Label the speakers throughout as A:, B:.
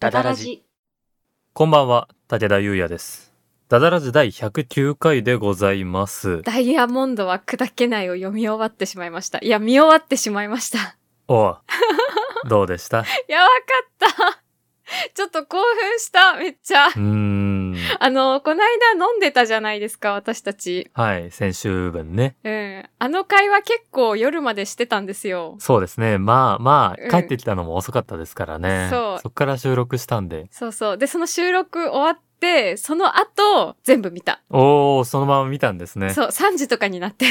A: ダダラジ。
B: こんばんは、武田優也です。ダダラジ第109回でございます。
A: ダイヤモンドは砕けないを読み終わってしまいました。いや、見終わってしまいました。い
B: おうどうでしたう
A: や、わかった。 ちょっと興奮した、めっちゃ。
B: ーん。
A: あの、こないだ飲んでたじゃないですか、私たち。
B: はい、先週分ね。
A: うん。あの会話結構夜までしてたんですよ。
B: そうですね。まあま
A: うん
B: あ、帰ってきたのも遅かったですからね。
A: そう
B: そっから収録したんで。
A: そうそう。で、その収録終わって、その後、全部見た。
B: おー、そのまま見たんですね。
A: そう、3時とかにな って。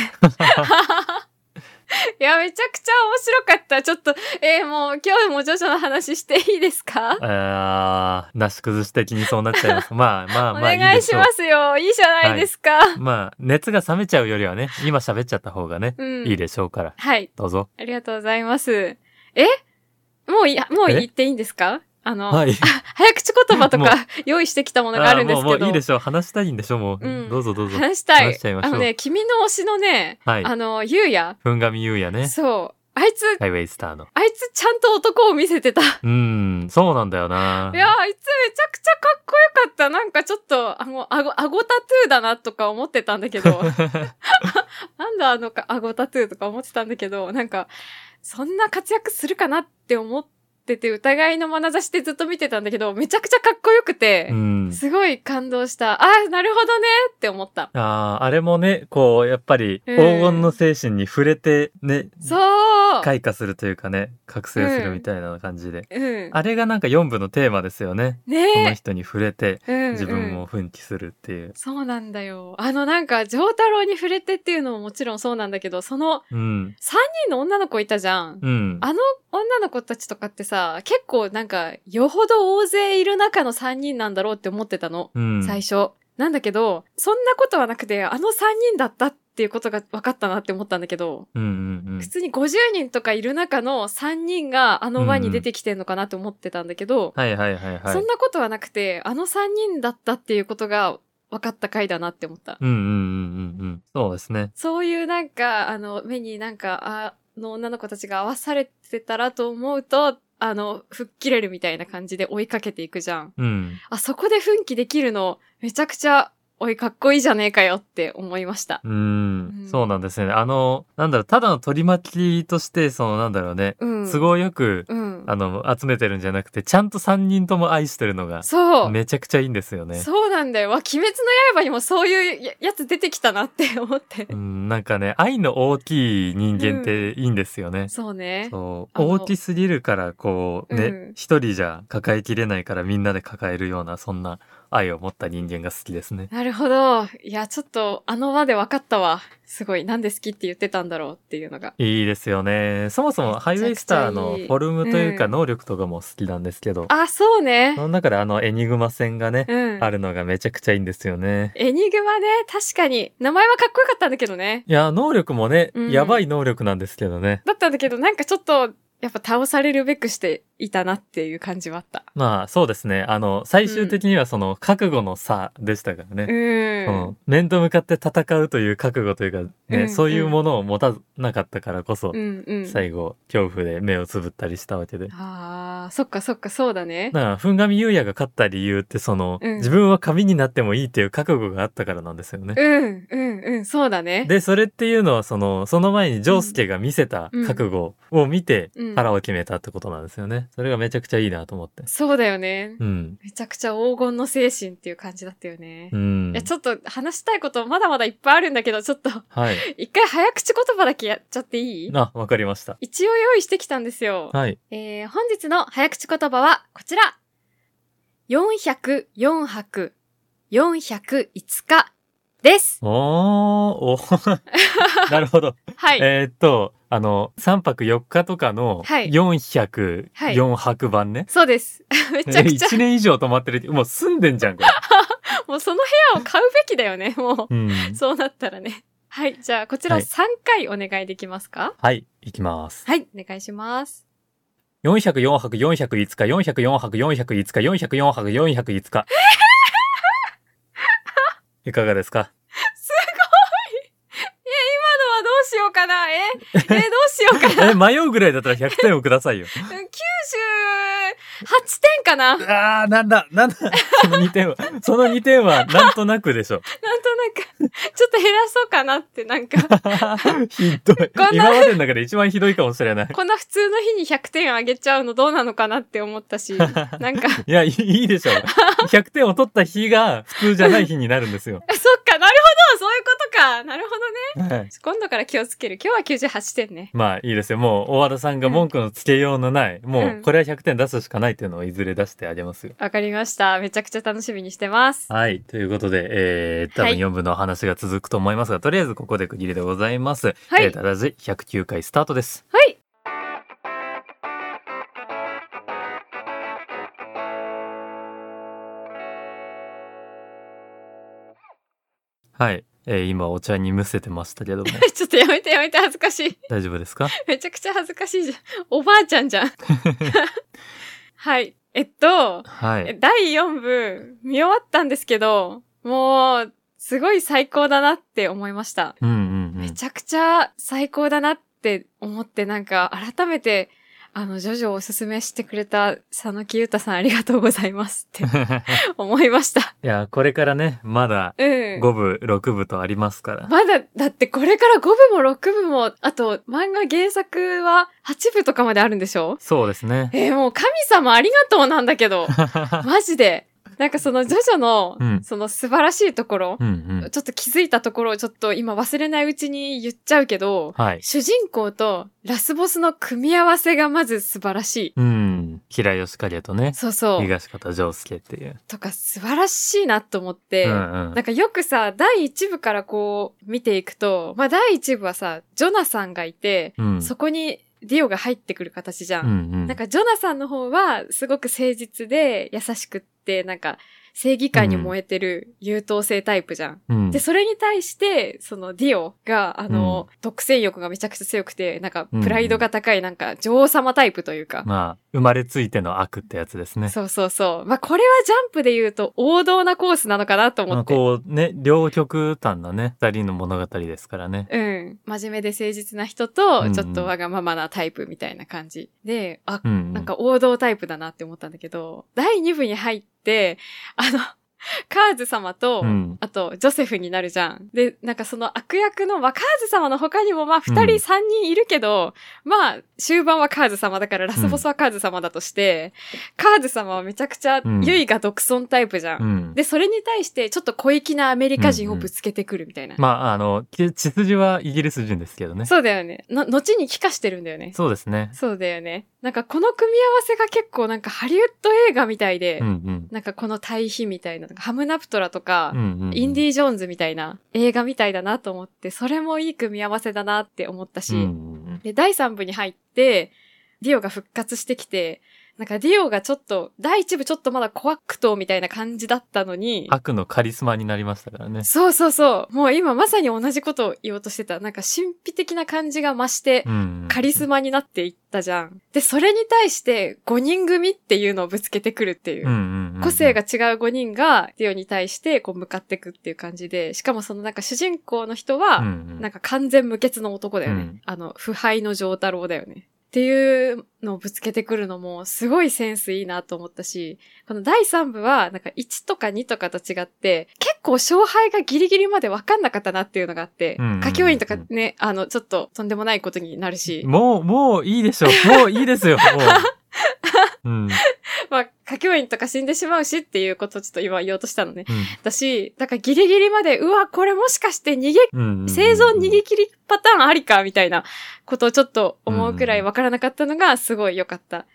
A: いや、めちゃくちゃ面白かった。ちょっと、えーもう、今日もジョジョの話していいですか
B: あー、なし崩し的にそうなっちゃいます。まあまあ
A: お
B: まあ、いい
A: 願い
B: で
A: し
B: しょう
A: ま。すよ。いいじゃないですか。
B: まあ、熱が冷めちゃうよりはね、今喋っちゃった方がね、
A: うん。
B: いいでしょうから。
A: はい。
B: どうぞ。
A: ありがとうございます。えもういい、もう
B: え
A: 言っていいんですかあの、
B: はい。
A: 早口言葉と
B: もう
A: か用意してきたものがあるんですけ
B: あーも
A: ど。
B: うもういいでしょう。話したいんでしょう、もう。
A: うん
B: どうぞどう ぞ。
A: 話したい。
B: 話しちゃいましょ
A: あ
B: う
A: のね、君の推しのね、
B: はい
A: あの、ゆうや。
B: ふんがみゆうやね。
A: そう。あいつ、
B: ハイウェイスターの。
A: あいつちゃんと男を見せてた。。
B: うーん、そうなんだよない
A: やあいつめちゃくちゃかっこよかった。なんかちょっと、あの、あご、あごタトゥーだなとか思ってたんだけど、なんだあのか、あごタトゥーとか思ってたんだけど、なんか、そんな活躍するかなって思ってて、疑いの眼差しでずっと見てたんだけど、めちゃくちゃかっこよく
B: う
A: て、
B: ん。
A: すごい感動した。あー、なるほどねって思った。
B: あーあれもね、こう、やっぱり、
A: うん
B: 黄金の精神に触れてね、
A: そう
B: 開花するというかね、覚醒するみたいな感じで。
A: うん。
B: あれがなんか4部のテーマですよね。その
A: ね
B: 人に触れて、
A: え。うん
B: 自分
A: うん
B: も奮起するっていう。
A: そうなんだよ。あのなんか、上太郎に触れてっていうのももちろんそうなんだけど、その、
B: うん。
A: 3人の女の子いたじゃん。
B: うん。
A: あの女の子たちとかってさ、結構なんか、よほど大勢いる中の3人なんだろうって思ってたの。
B: うん。
A: 最初。なんだけど、そんなことはなくて、あの3人だったっていうことが分かったなって思ったんだけど、
B: うんうんうん
A: 普。通に50人とかいる中の3人があの輪に出てきてんのかなって思ってたんだけど、
B: はいはいはいはい。
A: そんなことはなくて、あの3人だったっていうことが分かった回だなって思った。
B: うんうんうんうんうん。そうですね。
A: そういうなんか、あの、目になんか、あの女の子たちが合わされてたらと思うと、あの、吹っ切れるみたいな感じで追いかけていくじゃん。
B: うん。
A: あ、そこで奮起できるの、めちゃくちゃ、おい、かっこいいじゃねえかよって思いました。
B: う
A: うん
B: ん、そうなんですよね。あの、なんだろう、ただの取り巻きとして、その、なんだろうね、
A: うん。
B: 都
A: い。
B: 合よく、
A: うん。
B: あの、集めてるんじゃなくて、ちゃんと3人とも愛してるのが、
A: そう。
B: めちゃくちゃいいんですよね。
A: そうなんだよ。わ、鬼滅の刃にもそういうややつ出てきたなって思って
B: う。ん、なんかね、愛の大きい人間っていいんですよね。
A: そうね。
B: そう
A: あの
B: 大きすぎるからこう
A: うん
B: ね一、人じゃ抱えきれないからみんなで抱えるようなそんな愛を持った人間が好きですね。
A: なるほど。いや、ちょっと、あの場で分かったわ。すごい。なんで好きって言ってたんだろうっていうのが。
B: いいですよね。そもそもハイウェイスターのフォルムというか
A: うん
B: 能力とかも好きなんですけど、
A: あ、そうね
B: そ。の中であのエニグマ戦がね、
A: うん。
B: あるのがめちゃくちゃいいんですよね。
A: エニグマね、確かに。名前はかっこよかったんだけどね。
B: いや、能力もね、
A: うん
B: やばい能力なんですけどね。
A: だったんだけど、なんかちょっと、やっぱ倒されるべくしていたなっていう感じはあった。
B: まあ、そうですね。あの、最終的にはその覚悟の差でしたから
A: う
B: ね。う
A: ーん。
B: ん、面と向かって戦うという覚悟というか、ね
A: うん
B: そういうものを持たなかったからこそ、
A: うんうん。
B: 最後恐怖で目をつぶったりしたわけで
A: ああ、そっかそっか、そうだね。
B: だから、ふんがみゆうやが勝った理由って、その、
A: うん
B: 自分は神になってもいいっていう覚悟があったからなんですよね。
A: うん、うん、うん、そうだね。
B: で、それっていうのは、その、その前にジョースケが見せた覚悟を見て
A: うん、
B: 腹を決めたってことなんですよね。それがめちゃくちゃいいなと思って。
A: そうだよね。
B: うん。
A: めちゃくちゃ黄金の精神っていう感じだったよね
B: う。ん
A: いや、。ちょっと話したいことまだまだいっぱいあるんだけど、ちょっと、
B: はい。
A: 一回早口言葉だけやっちゃっていい
B: あ、わかりました。
A: 一応用意してきたんですよ。
B: はい。
A: えー本日の早口言葉はこちら。404泊、405日です。
B: お ー、おなるほど。
A: はい。
B: えーっと、あの、3泊4日とかの
A: はいはい
B: 404泊版ね。
A: そうです。 めちゃくちゃ、
B: 1年以上泊まってるって。もう住んでんじゃん、 これ。
A: もうその部屋を買うべきだよね、も
B: うん。
A: う。そうなったらね。 はい。じゃあ、こちら
B: はい
A: 3回お願いできますか
B: はい、いきます。
A: はい、お願いします。
B: 404泊405日、404泊405日、404泊405日。 いかがですか
A: 今のはどうしようかなええーどうしようか な
B: え、迷うぐらいだったら100点をくださいよ。
A: うん点かななんとな
B: あー、なんだ、なんだ、その2点は、その2点は、なんとなく でしょ。
A: く、ちょっと減らそうかなって、なんか、
B: ひどい
A: こんな。
B: 今までの中で一番ひどいかもし れない。
A: こんな普通の日に100点あげちゃうのどうなのかなって思ったし、 なんか、
B: いや、いいいいでしょう。100点を取った日が普通じゃない日になるんですよ。
A: そっか、なるほどそういうことかなるほどね。
B: はい。
A: 今度から気をつける。今日は98点ね。
B: まあいいですよ。もう大和田さんが文句のつけようのない、もうこれは100点出すしかないっていうのをいずれ出してあげますよ。
A: わかりました。めちゃくちゃ楽しみにしてます。
B: はい。ということで、えー、多
A: はい
B: 分4部の話が続くと思いますが、とりあえずここで区切りでございます。
A: はい
B: えー、ただじ109回スタートです。
A: はい。
B: はい。えー、今お茶にむせてましたけども、
A: ちょっとやめてやめて恥ずかしい。
B: 大丈夫ですか
A: めちゃくちゃ恥ずかしいじゃん。 おばあちゃんじゃん。 はい。えっと、
B: は
A: え
B: い。
A: 第4部見終わったんですけど、もう、すごい最高だなって思いました。
B: うんうんう
A: め
B: ん。
A: ちゃくちゃ最高だなって思って、なんか改めて、あの、ジョジョをおすすめしてくれた佐野木優太さんありがとうございます って思いました。
B: いや、これからね、まだ
A: うん。
B: 5部、6部とありますから。
A: まだ、だってこれから5部も6部も、あと漫画原作は8部とかまであるんでしょ
B: そうですね。
A: えーもう神様ありがとうなんだ けど、マジで。なんかそのジョジョの、
B: うん
A: その素晴らしいところ
B: う、んうん。
A: ちょっと気づいたところをちょっと今忘れないうちに言っちゃうけど、
B: はい。
A: 主人公とラスボスの組み合わせがまず素晴らしい。
B: うん。平吉影とね、
A: そうそう。
B: 東方丈介っていう。
A: とか素晴らしいなと思って、
B: うんうん
A: なんかよくさ、第1部からこう見ていくと、まあ第1部はさ、ジョナサンがいて、
B: うん。
A: そこにディオが入ってくる形じゃ
B: うんうん。
A: なんか、ジョナサンの方は、すごく誠実で、優しくって、なんか、正義感に燃えてる優等生タイプじゃん。
B: うん
A: で、それに対して、そのディオが、あの、独占欲がめちゃくちゃ強くて、なんか、プライドが高い、なんか、女王様タイプというか。
B: まあ、生まれついての悪ってやつですね。
A: そうそうそう。まあ、これはジャンプで言うと、王道なコースなのかなと
B: ま
A: 思
B: あ、
A: って。
B: こうね、両極端なね、二人の物語ですからね。
A: うん。真面目で誠実な人
B: うんう
A: と、
B: ん
A: ちょっとわがままなタイプみたいな感じ。で、あ、
B: うん、うん。
A: なんか王道タイプだなって思ったんだけど、第2部に入って、あの、カーズ様と、
B: うん。
A: あと、ジョセフになるじゃん。で、なんかその悪役の、まあ、カーズ様の他にも、まあ、二
B: うん
A: 人三人いるけど、まあ、終盤はカーズ様だから、ラスボスはカーズ様だとして、カーズ様はめちゃくちゃ、
B: うん
A: ユイが独尊タイプじゃん。
B: うん。
A: で、それに対して、ちょっと小粋なアメリカ人をぶつけてくるみたいな。
B: まあ、あの、き血筋はイギリス人ですけどね。
A: そうだよね。の、後に帰化してるんだよね。
B: そうですね。
A: そうだよね。なんかこの組み合わせが結構なんかハリウッド映画みたいで、
B: うんうん。
A: なんかこの対比みたいな、なんかハムナプトラとか
B: う、んうん、
A: インデ
B: ィ
A: ィ・ージョーンズみたいな映画みたいだなと思って、それもいい組み合わせだなって思ったし、
B: うんうん
A: で、第3部に入って、ディオが復活してきて、なんかディオがちょっと、第1部ちょっとまだ怖くとみたいな感じだったのに、
B: 悪のカリスマになりましたからね。
A: そうそうそう、もう今まさに同じことを言おうとしてた、なんか神秘的な感じが増して
B: う、んうん。
A: カリスマになっていったじゃん。で、それに対して5人組っていうのをぶつけてくるっていう。
B: うんうんうん。
A: 個性が違う5人がディオに対してこう向かってくっていう感じで、しかもそのなんか主人公の人
B: うんう
A: は、
B: ん、
A: なんか完全無欠の男だよね。
B: うん
A: あの、腐敗の上太郎だよね。っていうのをぶつけてくるのも、すごいセンスいいなと思ったし、この第3部は、なんか1とか2とかと違って、結構勝敗がギリギリまで分かんなかったなっていうのがあって
B: うんうんうんうん、
A: 歌教員とかね、あの、ちょっととんでもないことになるし、
B: もう、もういいでしょ う。もういいですよ。もう。うん。うん
A: まあ、歌教員とか死んでしまうしっていうことをちょっと今言おうとしたのね。
B: うん
A: だし、だからギリギリまで、うわ、これもしかして逃げ、
B: うんうん。
A: 生存逃げ切りパターンありか、みたいなことをちょっと思うくらいわからなかったのがすごい良かった。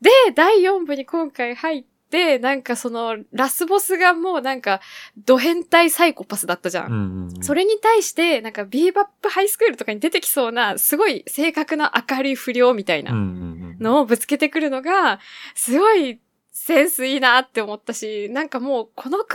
A: で、第4部に今回入って、なんかその、ラスボスがもうなんか、ド変態サイコパスだったじゃん。
B: うんうん。
A: それに対して、なんか、ビーバップハイスクールとかに出てきそうな、すごい性格の明るい不良みたいな
B: うんうんうん。
A: のをぶつけてくるのが、すごいセンスいいなって思ったし、なんかもうこの組み合わ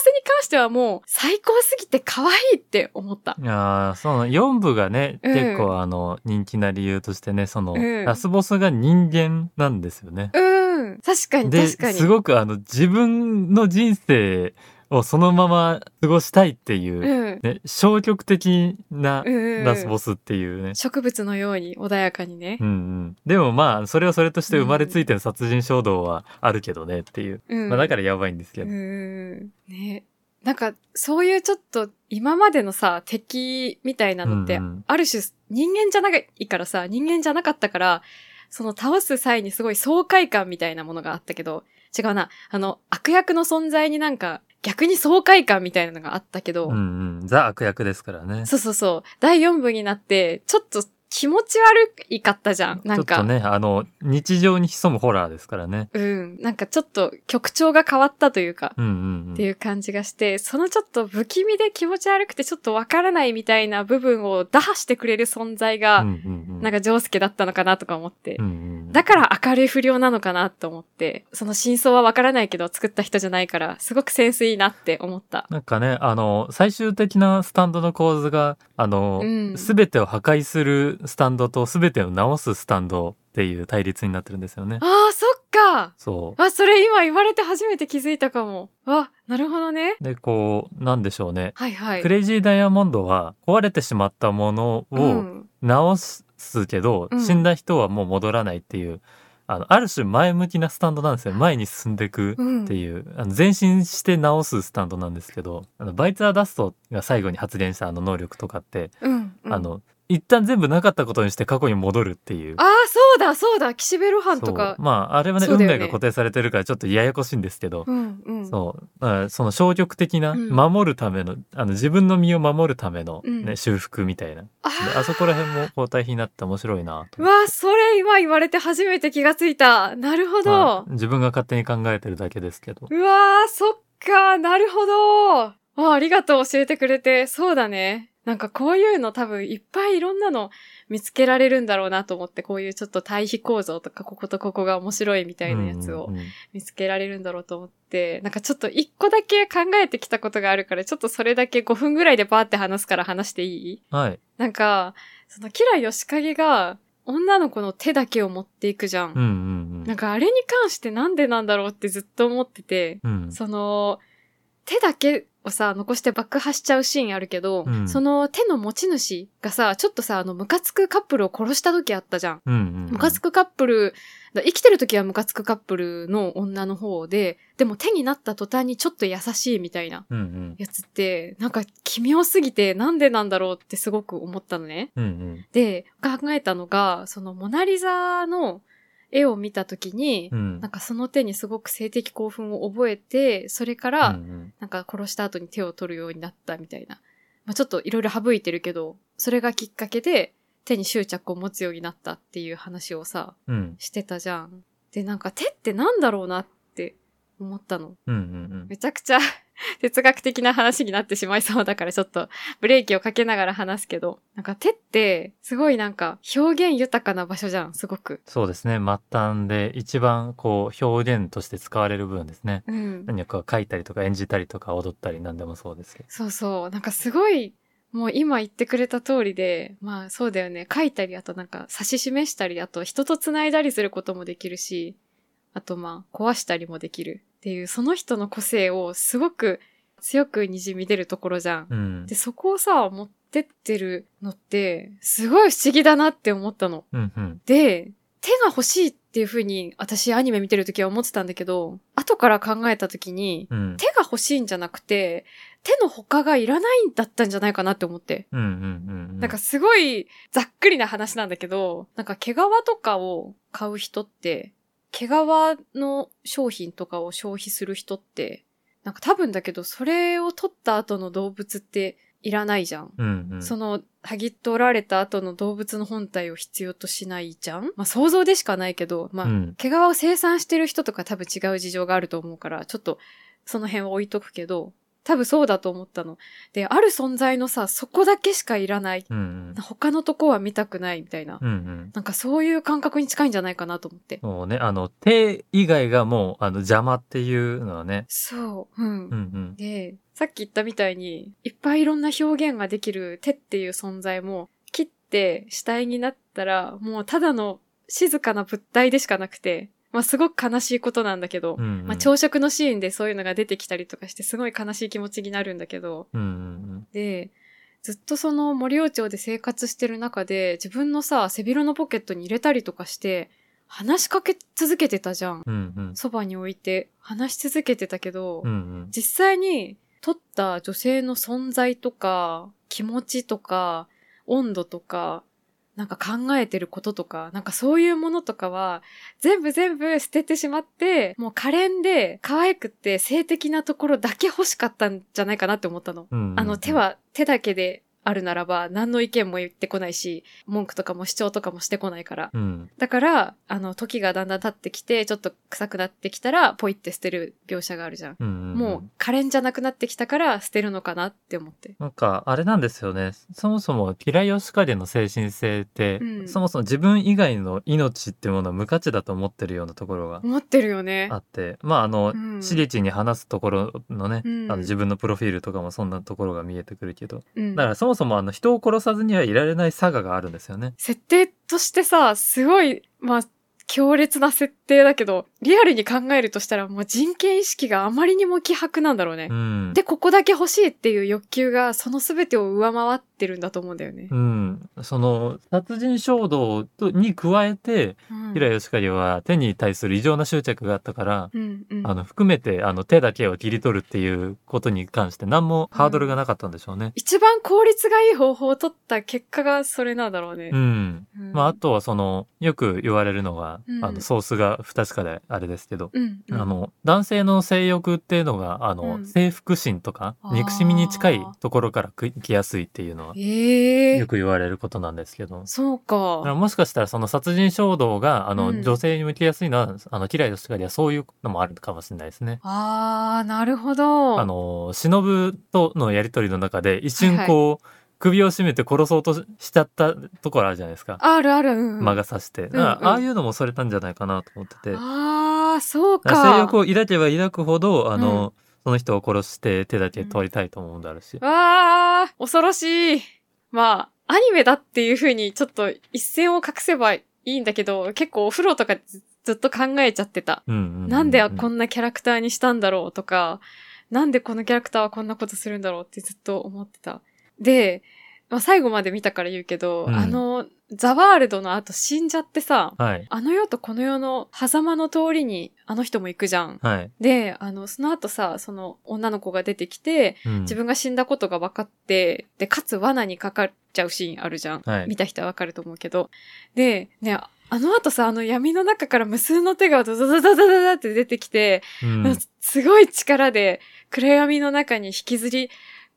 A: せに関してはもう最高すぎて可愛いって思った。
B: ああ、そうなの。4部がね、
A: うん
B: 結構あの、人気な理由としてね、その、
A: うん
B: ラスボスが人間なんですよね。
A: うん。確かに
B: で、
A: 確かに。
B: すごくあの、自分の人生をそのまま過ごしたいっていうう、
A: ん。
B: ね、消極的な
A: うん。
B: ラスボスっていうね。
A: 植物のように穏やかにね
B: う。んうん、でもまあそれはそれとして生まれついての殺人衝動はあるけどねっていう、
A: うん。
B: まあ、だからやばいんですけ
A: う
B: ど、
A: ん。ね。なんか、そういうちょっと、今までのさ、敵みたいなのって、
B: うんうん
A: ある種、人間じゃないからさ、人間じゃなかったから、その倒す際にすごい爽快感みたいなものがあったけど、違うな、あの、悪役の存在になんか、逆に爽快感みたいなのがあったけど、
B: うんうん、ザ悪役ですからね
A: そうそうそう、第4部になって、ちょっと気持ち悪いかったじゃん、なん
B: ちょ
A: か。
B: っとねあの日常に潜むホラーですからね
A: うん、なんかちょっと曲調が変わったというか、
B: うんうん、うん、
A: っていう感じがして、そのちょっと不気味で気持ち悪くてちょっとわからないみたいな部分を打破してくれる存在が、
B: うんうんうん
A: なんかジョウスケだったのかなとか思って。
B: うんうん
A: だから明るい不良なのかなと思って、その真相はわからないけど作った人じゃないから、すごくセンスいいなって思った。
B: なんかねあの最終的なスタンドの構図があの、
A: うん
B: 全てを破壊するスタンドと全てを直すスタンドっていう対立になってるんですよね
A: あ。あ、そっか
B: そ
A: あ、それ今言われて初めて気づいたかも。あ、なるほどね。
B: うでこうなんでしょうね、
A: はいはい。
B: クレイジーダイヤモンドは壊れてしまったもの
A: う
B: を
A: ん、
B: 直すけど、
A: うん
B: 死んだ人はもう戻らないっていうあのある種前向きなスタンドなんですよ前に進んでいく
A: うん
B: っていう、あの前進して直すスタンドなんですけどあのバイツ・ア・ダストが最後に発言したあの能力とかって、
A: うん。うん
B: あ、の一旦全部なかったことにして過去に戻るっていう。
A: ああ、そうだそうだ岸辺露伴
B: そ
A: と
B: う
A: か。
B: まああれはね
A: そうだ
B: 運
A: よね
B: 命が固定されてるからちょっとややこしいんですけど、
A: うんうん。
B: そうだからその消極的な
A: うん
B: 守るための,、あの自分の身を守るための、ね
A: うん
B: 修復みたいなで
A: あー
B: あそこら辺も交代品になって面白いなと
A: うわあ、それ今言われて初めて気がついた。なるほど。
B: まあ自分が勝手に考えてるだけですけど。
A: うわあ、そっか。なるほど。あーありがとう教えてくれて。そうだね。なんかこういうの多分いっぱいいろんなの見つけられるんだろうなと思って、こういうちょっと対比構造とか、こことここが面白いみたいなやつを
B: うんうんうん
A: 見つけられるんだろうと思って、なんかちょっと一個だけ考えてきたことがあるから、ちょっとそれだけ5分ぐらいでバーって話すから話していい
B: はい。
A: なんか、そのキラヨシカゲが女の子の手だけを持っていくじゃ。
B: うんんうんう
A: な
B: ん。
A: んかあれに関してなんでなんだろうってずっと思ってて、
B: うん。
A: その、手だけをさ、残して爆破しちゃうシーンあるけど、
B: うん
A: その手の持ち主がさ、ちょっとさ、あの、ムカつくカップルを殺した時あったじゃん。
B: うんうんうん。
A: ムカつくカップル、だ生きてる時はムカつくカップルの女の方で、でも手になった途端にちょっと優しいみたいな
B: うんうん。
A: やつって、なんか奇妙すぎてなんでなんだろうってすごく思ったのね。
B: うんうん。
A: で、考えたのが、そのモナリザの絵を見た時に、
B: うん。
A: なんかその手にすごく性的興奮を覚えて、それから、
B: うんうん
A: なんか殺した後に手を取るようになったみたいな。まあ、ちょっといろいろ省いてるけど、それがきっかけで手に執着を持つようになったっていう話をさ、
B: うん
A: してたじゃん。で、なんか手ってなんだろうなって思ったの。
B: うんうん
A: めちゃくちゃ 哲学的な話になってしまいそうだからちょっとブレーキをかけながら話すけど、なんか手ってすごいなんか表現豊かな場所じゃん、すごく。
B: そうですね。末端で一番こう表現として使われる部分ですね。
A: うん。
B: 何か書いたりとか演じたりとか踊ったり何でもそうですけど。
A: そうそう。なんかすごい、もう今言ってくれた通りで、まあそうだよね。書いたり、あとなんか指し示したり、あと人と繋いだりすることもできるし、あとまあ壊したりもできるっていう、その人の個性をすごく強く滲み出るところじゃん。
B: うん
A: で、。そこをさ、持ってってるのって、すごい不思議だなって思ったの。
B: うんうん。
A: で、手が欲しいっていう風に私アニメ見てる時は思ってたんだけど、後から考えた時に、
B: うん。
A: 手が欲しいんじゃなくて、手の他がいらないんだったんじゃないかなって思って。
B: うんうんうんうん。
A: なんかすごいざっくりな話なんだけど、なんか毛皮とかを買う人って、毛皮の商品とかを消費する人って、なんか多分だけど、それを取った後の動物っていらないじゃん。
B: うんうん。
A: その、剥ぎ取られた後の動物の本体を必要としないじゃんまあ想像でしかないけど、まあ、
B: うん
A: 毛皮を生産してる人とか多分違う事情があると思うから、ちょっとその辺は置いとくけど、多分そうだと思ったの。で、ある存在のさ、そこだけしかいらない。
B: うんうん。
A: 他のとこは見たくないみたいな。
B: うんうん。
A: なんかそういう感覚に近いんじゃないかなと思って。
B: そうね。あの、手以外がもう、あの、邪魔っていうのはね。
A: そう。うん。
B: うんうん。
A: で、さっき言ったみたいに、いっぱいいろんな表現ができる手っていう存在も、切って死体になったら、もうただの静かな物体でしかなくて、まあすごく悲しいことなんだけど、
B: うんうん
A: まあ朝食のシーンでそういうのが出てきたりとかしてすごい悲しい気持ちになるんだけど、
B: うんうん
A: で、ずっとその森尾町で生活してる中で自分のさ、背広のポケットに入れたりとかして話しかけ続けてたじゃん。
B: うんうんうん
A: そばに置いて話し続けてたけど、
B: うんうん
A: 実際に撮った女性の存在とか、気持ちとか、温度とか、なんか考えてることとか、なんかそういうものとかは、全部全部捨ててしまって、もう可憐で可愛くて性的なところだけ欲しかったんじゃないかなって思ったの。
B: うんうん
A: あの手は手だけであるならば、何の意見も言ってこないし、文句とかも主張とかもしてこないから。
B: うん
A: だから、あの、時がだんだん経ってきて、ちょっと臭くなってきたら、ポイって捨てる描写があるじゃん。
B: うんうんうん
A: もう可憐じゃなくなってきたから捨てるのかなって思って。
B: なんかあれなんですよねそもそも平吉影の精神性って、
A: うん
B: そもそも自分以外の命っていうものは無価値だと思ってるようなところが
A: 思ってるよね
B: あ。ってまああの、
A: うん
B: 私立に話すところのね、
A: うん
B: あの自分のプロフィールとかもそんなところが見えてくるけど
A: うん
B: だからそもそもあの人を殺さずにはいられない差ががあるんですよね。
A: 設定としてさ、すごい、まあ、強烈な設定だけど、リアルに考えるとしたらもう人権意識があまりにも希薄なんだろうね
B: う。ん、
A: で、ここだけ欲しいっていう欲求がその全てを上回ってるんだと思うんだよね
B: う。ん、その殺人衝動とに加えて
A: うん
B: 平吉影は手に対する異常な執着があったから、
A: うんうん。
B: あの含めてあの手だけを切り取るっていうことに関して何もハードルがなかったんでしょうね。
A: 一番効率がいい方法を取った結果がそれなんだろうね
B: う。ん
A: うん
B: まあ、あとはそのよく言われるのが、
A: うん
B: あのソースが不確かであれですけど、
A: うんうん。
B: あの男性の性欲っていうのがあの、
A: うん
B: 征服心とか
A: あー
B: 憎しみに近いところからく来やすいっていうのは
A: ええ
B: よく言われることなんですけど。
A: そう
B: だから
A: か。
B: もしかしたらその殺人衝動があの、
A: うん
B: 女性に向きやすいのはあのキラヨシカリはそういうのもあるかもしれないですね。
A: あー、なるほど。
B: あの忍とのやり取りの中で一瞬こう、首を絞めて殺そうとししちゃったところあるじゃないですか。
A: あるある、うん。
B: 魔が差して、だからああいうのもそれなんじゃないかなと思ってて、
A: ああ、そう
B: だから性
A: か。
B: 欲を抱けば抱くほどあの、その人を殺して手だけ取りたいと思うんであるし、
A: わあ、恐ろしい。まあ、アニメだっていう風にちょっと一線を隠せばいいんだけど、結構お風呂とかずずっと考えちゃってた。
B: うんうんう
A: なんでこ
B: ん
A: んなキャラクターにしたんだろうとか、なんでこのキャラクターはこんなことするんだろうってずっと思ってた。で、まあ、最後まで見たから言うけど、
B: うん
A: あの、ザワールドの後死んじゃってさ、
B: はい
A: あの世とこの世の狭間の通りにあの人も行くじゃん。
B: はい、
A: で、あの、その後さ、その女の子が出てきて、
B: うん
A: 自分が死んだことが分かって、で、かつ罠にかかっちゃうシーンあるじゃん。
B: はい
A: 見た人は分かると思うけど。で、ね、あの後さ、あの闇の中から無数の手がドドドドドドドって出てきて、
B: うん
A: すすごい力で暗闇の中に引きずり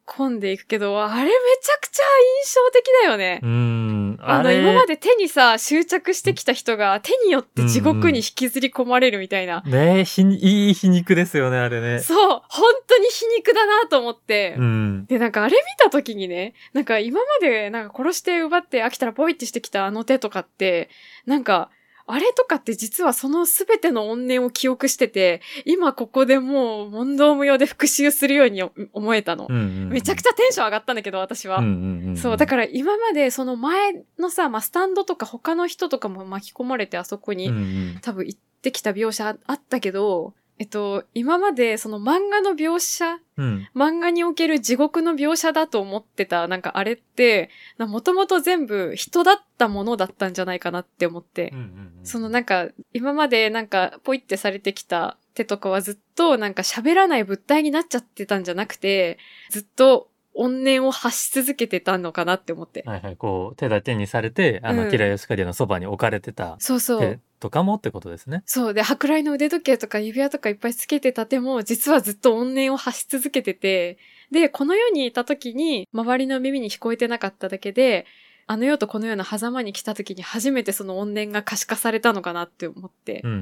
A: 込んでいくけど、あれめちゃくちゃ印象的だよね。
B: うん
A: あ
B: あ
A: の、
B: れ
A: 今まで手にさ、執着してきた人が手によって地獄に引きずり込まれるみたいな。
B: ねひにいい皮肉ですよねあれね。
A: そう、本当に皮肉だなと思って。
B: うん
A: で、なんかあれ見た時にね、なんか今までなんか殺して奪って飽きたらポイってしてきたあの手とかって、なんか、あれとかって実はその全ての怨念を記憶してて、今ここでもう問答無用で復讐するように思えたの
B: う。んうんうん、
A: めちゃくちゃテンション上がったんだけど、私は。
B: うんうんうんん、
A: そう、だから今までその前のさ、まあ、スタンドとか他の人とかも巻き込まれてあそこに
B: うんうん
A: 多分行ってきた描写あったけど、えっと、今までその漫画の描写、
B: うん
A: 漫画における地獄の描写だと思ってた、なんかあれって、もともと全部人だったものだったんじゃないかなって思って
B: うんう、んうん、
A: そのなんか、今までなんか、ポイってされてきた手とかはずっとなんか喋らない物体になっちゃってたんじゃなくて、ずっと怨念を発し続けてたのかなって思って。
B: はいはい、こう手だけにされてあの、
A: うん
B: キラヨシカリのそばに置かれてた
A: そうそう
B: 手。とかもってことですね。
A: そう。で、舶来の腕時計とか指輪とかいっぱいつけてた手も、実はずっと怨念を発し続けてて、で、この世にいた時に、周りの耳に聞こえてなかっただけで、あの世とこの世の狭間に来た時に初めてその怨念が可視化されたのかなって思って
B: う。んうんう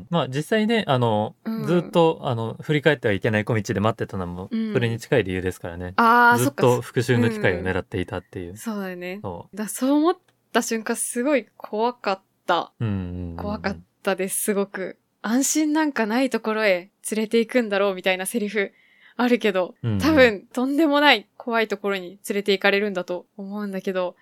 B: ん、まあ実際ねあの、
A: うん
B: ずっとあの振り返ってはいけない小道で待ってたのも、
A: うん
B: それに近い理由ですからね。
A: ああ、
B: ず
A: そ
B: っ
A: っか。そ
B: と復讐の機会を狙っていたっていう。
A: そうだよね。
B: そ
A: だそう思った瞬間、すごい怖かった。
B: う。うんうんうん、
A: 怖かったです、すごく。安心なんかないところへ連れて行くんだろうみたいなセリフあるけど、
B: うんうん
A: 多分とんでもない怖いところに連れて行かれるんだと思うんだけど、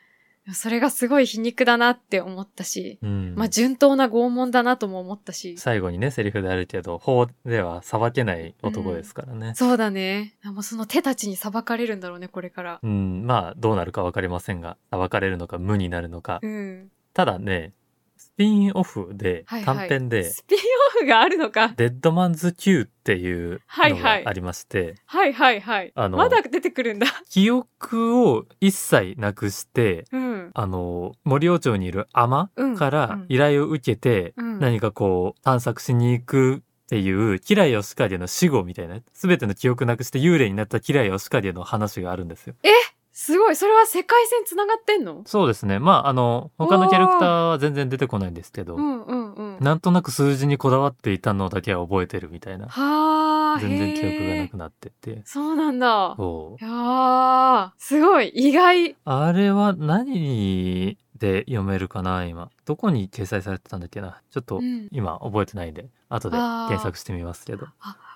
A: それがすごい皮肉だなって思ったし、
B: うん
A: まあ、順当な拷問だなとも思ったし、
B: 最後にねセリフであるけど法では裁けない男ですからね、
A: そうだね。もうその手たちに裁かれるんだろうね、これから。
B: うんまあどうなるか分かりませんが裁かれるのか無になるのか、
A: うん。
B: ただねスピンオフで
A: はいは
B: 短
A: い
B: 編で
A: スピンオフがあるのか。
B: 「デッドマンズ Q」っていう
A: はい
B: の
A: はい
B: がありまして、
A: はいはいはい。
B: あの
A: まだ出てくるんだ。
B: 記憶を一切なくして
A: うん。
B: あの森尾町にいる海女
A: うん。
B: から依頼を受けて、
A: うん
B: 何かこう探索しに行くっていうキラヨシカゲの死後みたいな全ての記憶なくして幽霊になったキラヨシカゲの話があるんですよ。
A: すごい。それは世界線つながってんの
B: そうですねまああの他のキャラクターは全然出てこないんですけど、
A: うんうんうん。
B: なんとなく数字にこだわっていたのだけは覚えてるみたいな
A: はあ。
B: 全然記憶が
A: へ
B: な
A: ー
B: くなってて
A: そうなんだ。
B: そう
A: いやー、すごい。意外。
B: あれは何で読めるかな今どこに掲載されてたんだっけなちょっと
A: うん。
B: 今覚えてないんで後で検索してみますけど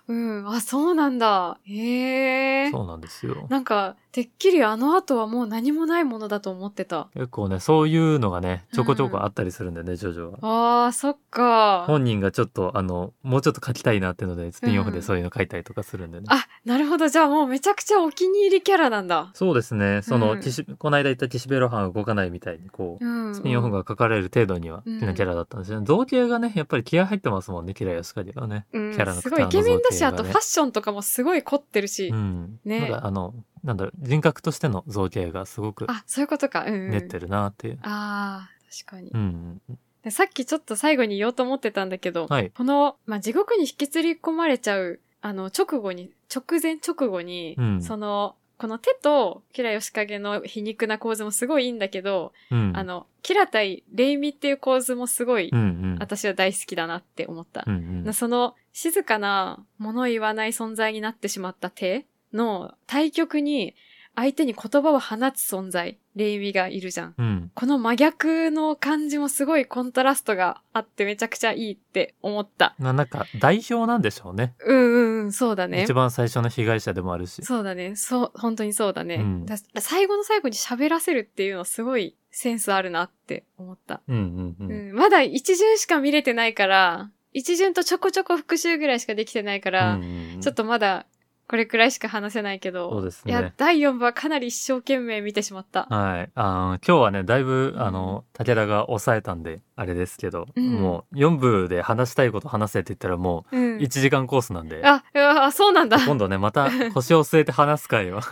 A: うん。あ、そうなんだ。へえ。
B: そうなんですよ
A: なんか、てっきりあの後はもう何もないものだと思ってた。
B: 結構ねそういうのがねちょこちょこあったりするんだよね、ジョジョは。
A: あー、そっか。
B: 本人がちょっとあのもうちょっと書きたいなっていうのでスピンオフでそういうの書いたりとかするんでね。
A: あ、なるほど。じゃあもうめちゃくちゃお気に入りキャラなんだ。
B: そうですねその、
A: うん
B: 岸この間言った岸辺露伴は動かないみたいにこう、
A: うん。
B: スピンオフ
A: が。
B: が書かれる程度には好
A: うん
B: きなキャラだったんですよね。造形がねやっぱり気合入ってますもんねキラヨシカリはね。
A: うん、
B: キャラの
A: すごいイケメンだ
B: 方の造
A: し、あ
B: 形がね
A: とファッションとかもすごい凝ってるし。
B: うん、
A: ね
B: なんかあのなんだろう人格としての造形がすごく
A: あ、そういうことか。うん、うん。
B: 練ってるなっていう。
A: あー、確かに
B: う、ん、
A: でさっきちょっと最後に言おうと思ってたんだけど、
B: はい。
A: この、まあ、地獄に引きずり込まれちゃう、あの、直後に、直前直後に、
B: うん
A: その、この手とキラヨシカゲの皮肉な構図もすごいいいんだけど、
B: うん、
A: あの、キラ対レイミっていう構図もすごい、
B: うんうん
A: 私は大好きだなって思った。
B: うんうん
A: その、静かな物言わない存在になってしまった手の対極に、相手に言葉を放つ存在、レイミがいるじゃん。
B: うん
A: この真逆の感じもすごいコントラストがあってめちゃくちゃいいって思った。
B: まあなんか代表なんでしょうね。
A: うんうんうん、そうだね
B: 一。番最初の被害者でもあるし
A: そうだね。そう、本当にそうだね。
B: うん
A: だ最後の最後に喋らせるっていうのすごいセンスあるなって思った。
B: うんうん
A: う、
B: うんん
A: まだ一巡しか見れてないから、一巡とちょこちょこ復習ぐらいしかできてないから、
B: うんうん
A: ちょっとまだこれくらいしか話せないけど、
B: そうですね
A: いや、第4部はかなり一生懸命見てしまった。
B: はいあの今日はねだいぶ
A: うん
B: あの武田が抑えたんであれですけど、
A: うん
B: もう4部で話したいこと話せって言ったらも
A: う
B: うん1。時間コースなんで、
A: あ、うわあ、そうなんだ。
B: 今度ねまた腰を据えて話す会をし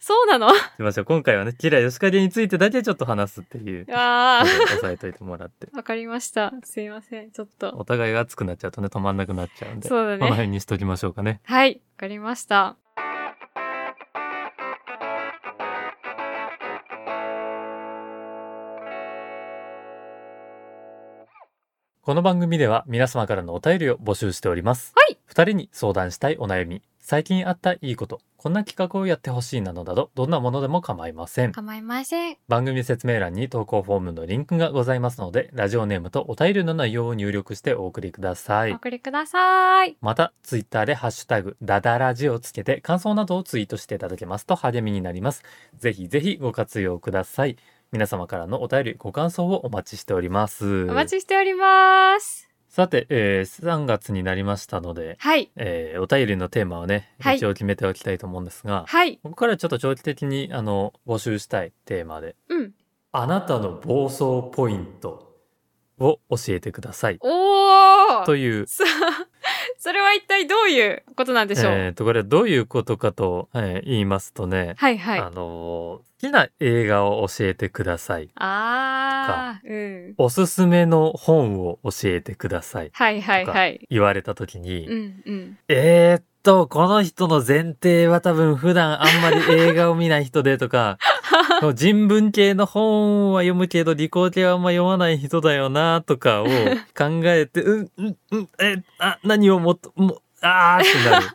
A: そうなの
B: ましょう今回はね吉良吉影についてだけちょっと話すっていう
A: ああ
B: ので。抑えといてもらって
A: わかりました。すいません。ちょっと。
B: お互いが熱くなっちゃうとね止まんなくなっちゃうんで、
A: そうだ
B: この
A: ね。
B: 辺にしときましょうかね
A: はい。わかりました。
B: この番組では皆様からのお便りを募集しております。
A: はい。
B: 二人に相談したいお悩み、最近あったいいこと、こんな企画をやってほしいなどなど、どんなものでも構いません。
A: 構いません。
B: 番組説明欄に投稿フォームのリンクがございますので、ラジオネームとお便りの内容を入力してお送りくださ
A: お
B: い。
A: 送りください。
B: また、ツイッターでハッシュタグ、ダダラジをつけて、感想などをツイートしていただけますと励みになります。ぜひぜひご活用ください。皆様からのお便り、ご感想をお待ちしております。
A: お待ちしております。
B: さて、えー、3月になりましたので、
A: はい。
B: えーお便りのテーマをね、
A: はい
B: 一応決めておきたいと思うんですが、
A: はい。
B: ここからちょっと長期的にあの募集したいテーマで、
A: うん。
B: あなたの暴走ポイントを教えてください
A: お
B: と
A: ー
B: いう、
A: さあ、 それは一体どういうことなんでしょう、
B: えーとこれはどういうことかと、えー言いますとね、
A: はいはい。
B: あのー好きな映画を教えてください、
A: あー。うん。
B: おすすめの本を教えてください
A: はいはいはい。
B: 言われた時に、
A: うんうん。
B: えーっと、この人の前提は多分普段あんまり映画を見ない人でと か、その人文系の本は読むけど理工系はあんま読まない人だよなとかを考えて、うん、うん、うん、え、あ、何をもっと、もう、あーって なる。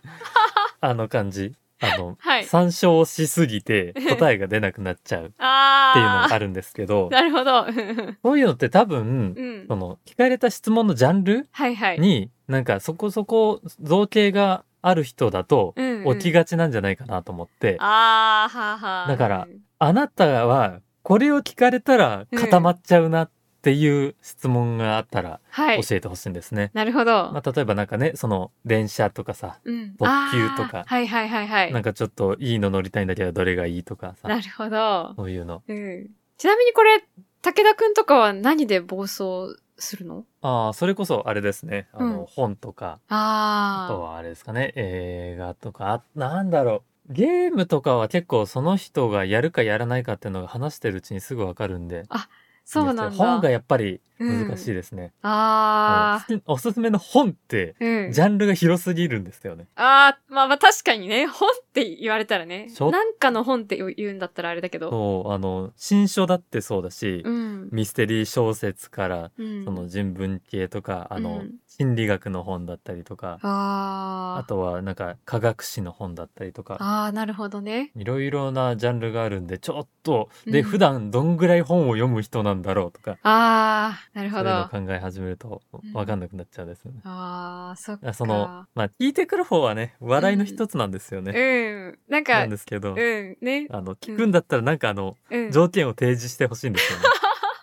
B: あの感じ。あの、
A: はい。
B: 参照しすぎて答えが出なくなっちゃうっていうの
A: あ
B: が
A: ー。
B: あるんですけど、
A: なるほど。 うん
B: そういうのって多分
A: う、ん
B: そ。の聞かれた質問のジャンル
A: はいはい。
B: に、なんかそこそこ造形がある人だと
A: うんうん
B: 起きがちなんじゃないかなと思って、
A: あーはーはー。
B: だからあなたはこれを聞かれたら固まっちゃうなっていう質問があったら
A: はい。
B: 教えてほしいんですね。
A: なるほど。
B: まあ、例えばなんかね、その電車とかさ、
A: うん。
B: 特急とか
A: あーはいはいはいはい。
B: な
A: なん
B: かちょっといいの乗りたいんだけどどれがいいとかさ、
A: るほど。
B: そういうの。
A: うん。ちなみにこれ、武田くんとかは何で暴走するの
B: ああ、それこそあれですね。あの、
A: うん
B: 本とか、あと
A: あ
B: はあれですかね、映画とか、あなんだろう。ゲームとかは結構その人がやるかやらないかっていうのが話してるうちにすぐわかるんで。
A: あ。そうなんだ。
B: 本がやっぱり難しい
A: い。
B: ですね。
A: あ
B: うんおすすめの本って、
A: あ。うん。
B: ジャンルが広すぎるんですよね。
A: ああ、まあまあ確かにね、本って言われたらね。
B: そう
A: なんかの本って言うんだったらあれだけど。
B: そう、あの、新書だってそうだし、
A: うん。
B: ミステリー小説から、
A: うん。
B: その人文系とか、あの、
A: うん
B: 心理学の本だったりとか、
A: あ
B: あ
A: あ。
B: とはなんか科学史の本だったりとか、
A: ああ、なるほどね。
B: いろいろなジャンルがあるんで、ちょっと、で、
A: うん
B: 普段どんぐらい本を読む人なんだろうとか、
A: ああ、なる
B: そ
A: ほ
B: ういう
A: ど。
B: の
A: あ
B: 考え始めると
A: うん
B: わかんなくなっちゃうんですよね。
A: あー、そっ
B: あ
A: か。
B: その、まあ、聞いてくる方はね、話題の一つなんですよね。
A: うん。な
B: な
A: んか、
B: んですけど、
A: うん、ね。
B: あの、聞くんだったらなんかあの、
A: うん。
B: 条件を提示してほしいんですよ ね。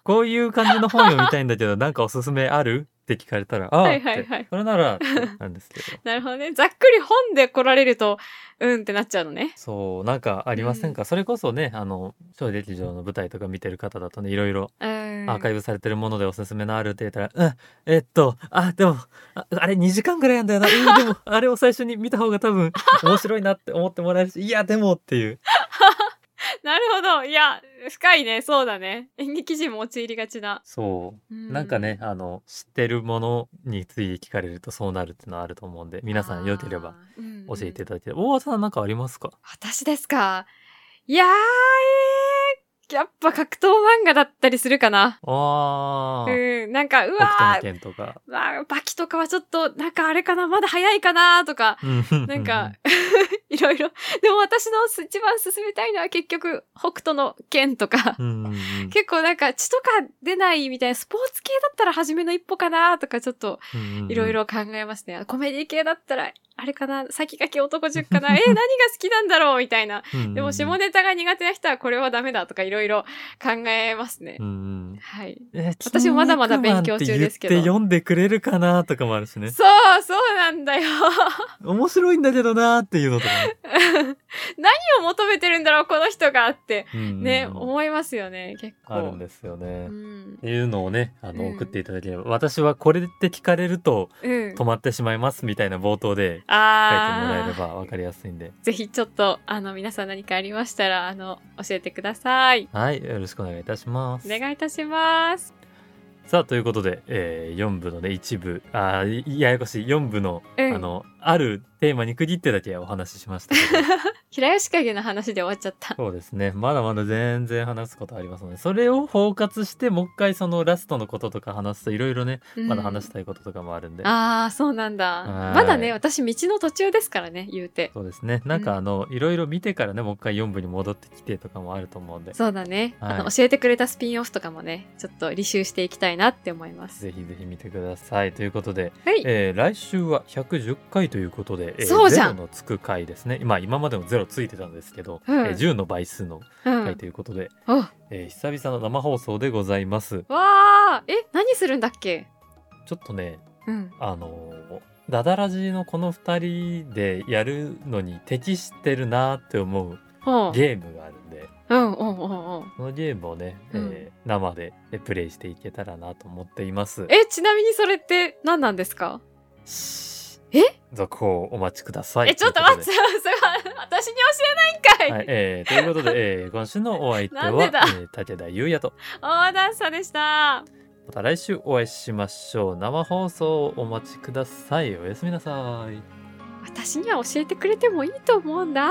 B: こういう感じの本読みたいんだけど、なんかおすすめあるって聞かれたら、ああ、
A: はいはいはい
B: ってそれなら、ってなんですけど。
A: なるほどね。ざっくり本で来られると、うんってなっちゃうのね。
B: そう、なんかありませんか、それこそね、あの、小劇場の舞台とか見てる方だとね、いろいろ
A: うん。
B: アーカイブされてるものでおすすめのあるって言ったら、うん、えっと、あ、でも、ああれ2時間ぐらいなんだよな。うんでも、 あれを最初に見た方が多 分面白いなって思ってもらえるし、いや、でもっていう。
A: なるほど。いや、深いね。そうだね。演劇人も陥りがちな。
B: そうう。なんかね、。あの、知ってるものについて聞かれるとそうなるってのはあると思うんで、皆さん良ければ
A: あー、うん
B: 教えていただいて、大和さんなんかありますか
A: 私ですか。いやー、えー、やっぱ格闘漫画だったりするかな。
B: あー、
A: うん。なんか、う
B: 北
A: わ
B: 斗の剣とか。
A: ー、わーバキとかはちょっと、なんかあれかな、まだ早いかなとか、なんか、、 いろいろ。でも私のす一番進めたいのは結局、北斗の剣とか、
B: うんうんうん、
A: 結構なんか血とか出ないみたいな、スポーツ系だったら初めの一歩かなとか、ちょっといろいろ考えますね。コメディ系だったら、あれかな、先駆け男 塾かな、えー、何が好きなんだろうみたいな。
B: うんうんうん。
A: でも下ネタが苦手な人はこれはダメだとかいろいろ考えますね
B: う。んうん
A: はい。
B: え
A: 私もまだまだ勉強中です け
B: 筋肉マンって
A: ど
B: 言って読んでくれるかなとかもあるしね。
A: そう、そうなんだよ。
B: 面白いんだけどなっていうのとかね。
A: 何を求めてるんだろう、この人がって。
B: うんうん
A: ね、思いますよね、結構。
B: あるんですよね。
A: う
B: っ
A: ん。
B: ていうのをね、あの、
A: うん
B: 送っていただければ、私はこれって聞かれると
A: うん
B: 止。まってしまいますみたいな冒頭で書いてもらえ
A: あ
B: ればわかりやすいんで。
A: ーぜひちょっと、あの、皆さん何かありましたら、あの、教えてください。
B: はい、よろしくお願いいたします。
A: お願いいたします。
B: さあ、ということで、え4部のね、一部、あーいややこしい、4部の、
A: うん
B: あの、あるテーマに区切ってだけお話ししましたけど。
A: 平吉影の話で終わっちゃった。
B: そうですね。まだまだ全然話すことありますので、それを包括して、もう一回そのラストのこととか話すといろいろね、まだ話し
A: した
B: いこととかもあるんで。
A: ああ、そうなんだ
B: は。い
A: まだね、私、道の途中ですからね、言うて。
B: そうですね。なん
A: う
B: か
A: ん
B: あの、いろいろ見てからね、もう一回4部に戻ってきてとかもあると思うんで、
A: そうだね、
B: はい
A: あの。教えてくれたスピンオフとかもね、ちょっと履修していきたいなって思います。
B: ぜひぜひ見てください。ということで、
A: はい。
B: えー来週は110回ということで、えー
A: そうじゃん
B: ゼロのつく回ですね。まあ今までもゼロついてたんですけど、
A: うん
B: えー10の倍数の
A: うん。
B: 回ということで、
A: おわ
B: えー久々の生放送でございます。
A: あ、え、何するんだっけ
B: ちょっとね、
A: うん。
B: あのダダラジのこの2人でやるのに適してるなって思う
A: ほう。
B: ゲームがあるんで
A: うん、うん、うん、うん。
B: そのゲームをね、えー生でプレイしていけたらなと思っています
A: え、ちなみにそれって何なんですかえ
B: 続報をお待ちください
A: え、ちょっと待って、そ
B: て
A: れは 私に教えないんか
B: はい
A: い、
B: えーということで、えー今週のお相手は、
A: なんでだ
B: えー武田優也と
A: 大ダンサーでした。
B: また来週お会いしましょう生放送をお待ちくださいおやすみなさい
A: 私には教えてくれてもいいと思うんだ。